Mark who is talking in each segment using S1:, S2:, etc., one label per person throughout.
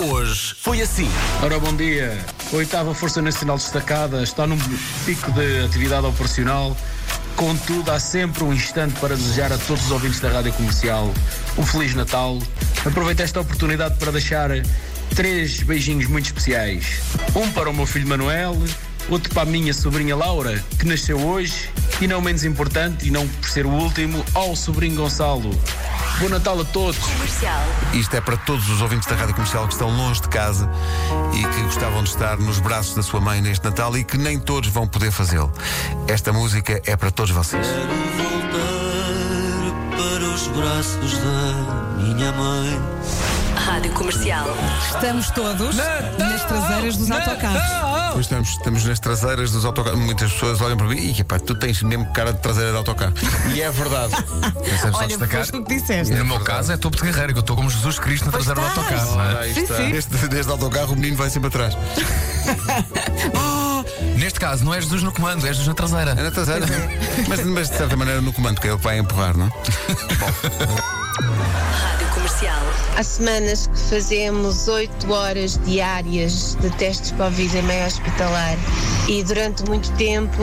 S1: hoje foi assim.
S2: Ora, bom dia. A oitava Força Nacional Destacada está num pico de atividade operacional. Contudo, há sempre um instante para desejar a todos os ouvintes da Rádio Comercial um Feliz Natal. Aproveito esta oportunidade para deixar três beijinhos muito especiais. Um para o meu filho Manuel, outro para a minha sobrinha Laura, que nasceu hoje, e não menos importante, e não por ser o último, ao sobrinho Gonçalo. Bom Natal a todos!
S3: Comercial.
S1: Isto é para todos os ouvintes da Rádio Comercial que estão longe de casa e que gostavam de estar nos braços da sua mãe neste Natal e que nem todos vão poder fazê-lo. Esta música é para todos vocês.
S4: Quero voltar para os braços da minha mãe.
S3: Rádio Comercial.
S5: Estamos todos nas traseiras dos autocarros.
S1: Pois estamos, estamos nas traseiras dos autocarros. Muitas pessoas olham para mim e, pá, tu tens mesmo cara de traseira de autocarro. E é verdade. Pensamos só
S5: Olha,
S1: destacar.
S5: foste tu que disseste.
S6: No meu caso é topo de carreira, que eu estou como Jesus Cristo na
S5: Pois
S6: traseira do
S5: estás.
S6: autocarro. não é?
S1: Aí
S5: Sim,
S1: está.
S5: sim.
S1: Desde, desde autocarro o menino vai sempre atrás.
S6: Neste caso, não é Jesus no comando, é Jesus na traseira.
S1: É na traseira. mas, mas de certa maneira no comando, que é ele que vai empurrar, não é?
S3: Rádio Comercial.
S7: Há semanas que fazemos 8 horas diárias de testes Covid em meio hospitalar e durante muito tempo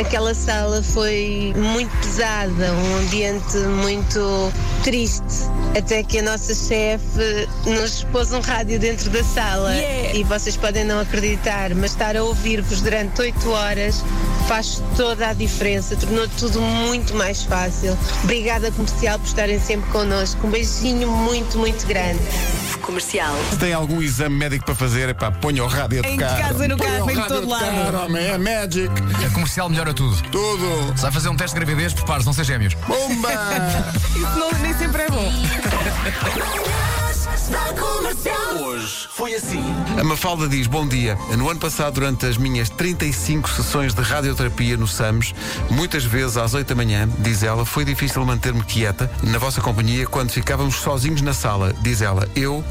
S7: aquela sala foi muito pesada, um ambiente muito triste. Até que a nossa chefe nos pôs um rádio dentro da sala
S5: Yeah.
S7: e vocês podem não acreditar, mas estar a ouvir-vos durante 8 horas faz toda a diferença, tornou tudo muito mais fácil. Obrigada comercial por estarem sempre connosco. Um beijinho muito, muito grande.
S3: Comercial.
S1: Se tem algum exame médico para fazer, pá, ponha o rádio a
S5: Em
S1: tocar.
S5: casa, no
S1: Ponha
S5: carro,
S1: o
S5: em
S1: rádio
S5: todo
S1: a tocar,
S5: lado.
S1: homem, é Magic.
S6: A comercial melhora tudo.
S1: Tudo.
S6: Se vai fazer um teste de gravidez, prepare-se, não ser gêmeos.
S1: Bomba!
S5: Isso não, nem sempre é bom.
S1: A Mafalda diz: Bom dia. No ano passado, durante as minhas 35 sessões de radioterapia no SAMS, muitas vezes às 8 da manhã, diz ela, foi difícil manter-me quieta na vossa companhia quando ficávamos sozinhos na sala, diz ela, eu,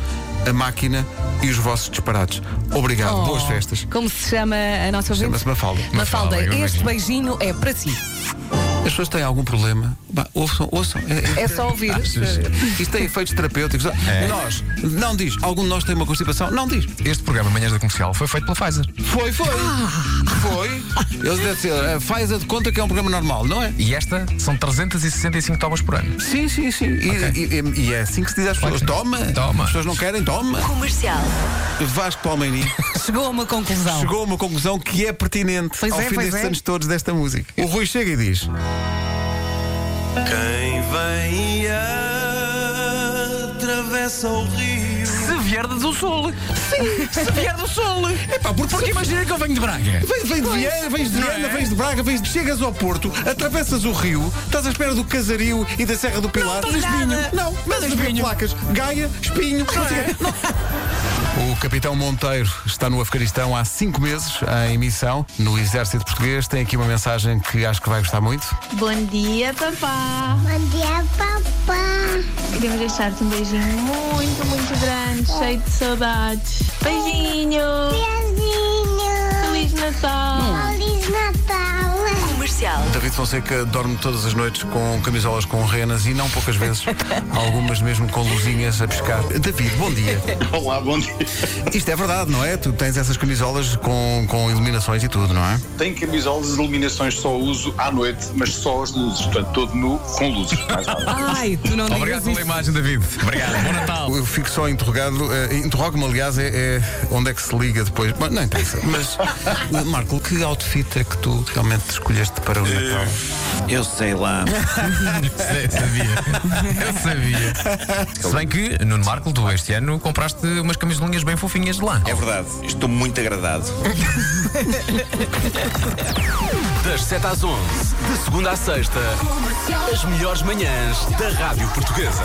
S1: a máquina e os vossos disparados. Obrigado,
S6: Oh.
S1: boas festas.
S5: Como se chama a nossa ouvinte?
S1: Chama-se Mafalda.
S5: Mafalda,
S6: Mafalda, eu
S5: este
S6: imagino.
S5: beijinho é para si.
S1: As pessoas têm algum problema? Bah, ouçam, ouçam. É,
S5: É só
S6: Ah,
S5: ouvir.
S1: Isto tem efeitos terapêuticos. Nós, não diz, algum de nós tem uma constipação? Não diz.
S6: Este programa, Manhãs da Comercial, foi feito pela Pfizer.
S1: Foi, foi. Foi. Eles devem dizer, eh, faz a de conta que é um programa normal, não é?
S6: E esta são 365 tomas por ano.
S1: Sim, sim, sim. E, e- e- e é assim que se diz às
S6: Claro
S1: pessoas:
S6: que sim.
S1: toma.
S6: Toma.
S1: As pessoas não querem, toma.
S3: Comercial.
S1: Vasco Palmeini
S5: Chegou a uma conclusão.
S1: chegou a uma conclusão que é pertinente
S5: Pois
S1: ao
S5: é,
S1: fim
S5: pois
S1: destes
S5: é.
S1: anos todos desta música. O Rui chega e diz:
S4: Quem vem e atravessa o rio.
S6: Se vier do Sul! Sim,
S1: É
S6: se vier do Sul! Epá, por- porque imagina que eu venho de Braga.
S1: Vem, vem de Vieira, vens de Viana, vens de Braga, vens de... chegas ao Porto, atravessas o rio, estás à espera do Casario e da Serra do Pilar.
S5: tem nada.
S1: Não, mandas ver placas. Gaia, espinho, não é? sei o quê. Não. O capitão Monteiro está no Afeganistão há cinco meses, em missão, no Exército Português. Tem aqui uma mensagem que acho que vai gostar muito.
S8: Bom dia, papá.
S9: Bom dia, papá.
S8: Queremos deixar-te um beijinho muito, muito grande, cheio de saudades. Beijinho!
S9: Beijinho.
S8: Feliz Natal!
S9: Feliz Natal.
S3: Comercial.
S1: David Fonseca dorme todas as noites com camisolas com renas e não poucas vezes, algumas mesmo com luzinhas a pescar. David, bom dia.
S10: Olá, bom dia.
S1: Isto é verdade, não é? Tu tens essas camisolas com, com iluminações e tudo, não é?
S10: Tenho camisolas de iluminações só uso à noite, mas só as luzes. Portanto, todo nu com luzes. Mais nada.
S5: Ai, tu não
S6: Obrigado
S5: digas
S6: pela
S5: isso.
S6: imagem, David. Obrigado. Bom Natal.
S1: Eu fico só interrogado, eh, interrogo-me, aliás, é, é onde é que se liga depois. Mas não interessa. Mas, eh, Marco, que outfit é que tu realmente escolheste para o Natal?
S10: Eh,
S4: Eu sei lá.
S6: Eu sabia. Eu sabia. Se bem que, Nuno Marco, tu este ano compraste umas camisolinhas bem fofinhas de lã.
S4: É verdade, estou muito agradado.
S11: Das 7 às 11, de segunda à sexta, as melhores manhãs da Rádio Portuguesa.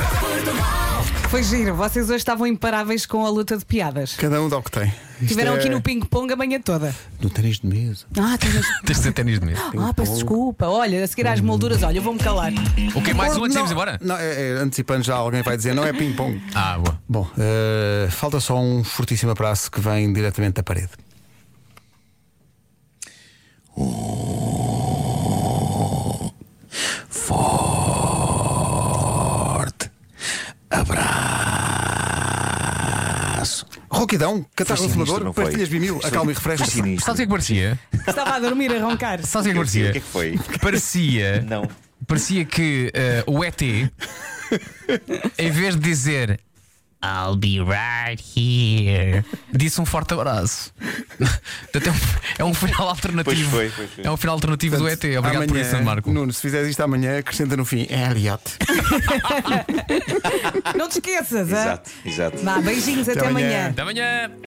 S5: Foi giro. Vocês hoje estavam imparáveis com a luta de piadas.
S1: Cada um dá o que tem. é
S5: Estiveram
S6: é-
S5: aqui no ping-pong a manhã toda.
S1: No tênis de mesa.
S5: Ah, tens-
S6: Tens de ser ténis de mesa.
S5: ah, peço desculpa. Olha, a seguir às molduras, olha, eu vou-me calar.
S6: Ok, mais um antes de irmos
S1: Não,
S6: embora?
S1: Não, é, é, antecipando já, alguém vai dizer, não é ping-pong.
S6: Ah, boa.
S1: Bom, eh, falta só um fortíssimo abraço que vem diretamente da parede.
S4: Abraço.
S1: Rouquidão,
S12: Foi
S1: catarro
S12: sinistro,
S1: inflamador,
S12: não foi?
S1: pastilhas vinil,
S12: Foi-
S1: acalma e
S12: foi
S1: refresca.
S12: sinistro. Sabe o que é
S6: que parecia?
S5: Estava a dormir, a roncar.
S6: Sabe o que é que parecia?
S12: O que é que foi?
S6: Parecia. Não. Parecia que eh, o ET, em vez de dizer I'll be right here, disse um forte abraço. Portanto, é um- é um final alternativo.
S1: Pois foi, pois foi.
S6: É um final alternativo
S1: Portanto,
S6: do ET. Obrigado por
S1: amanhã,
S6: isso, Marco.
S1: Nuno, se fizeres isto amanhã, acrescenta no fim. É Elliot.
S5: Não te esqueças, ah?
S12: Exato, exato.
S5: Vá, beijinhos, até amanhã.
S6: Até amanhã.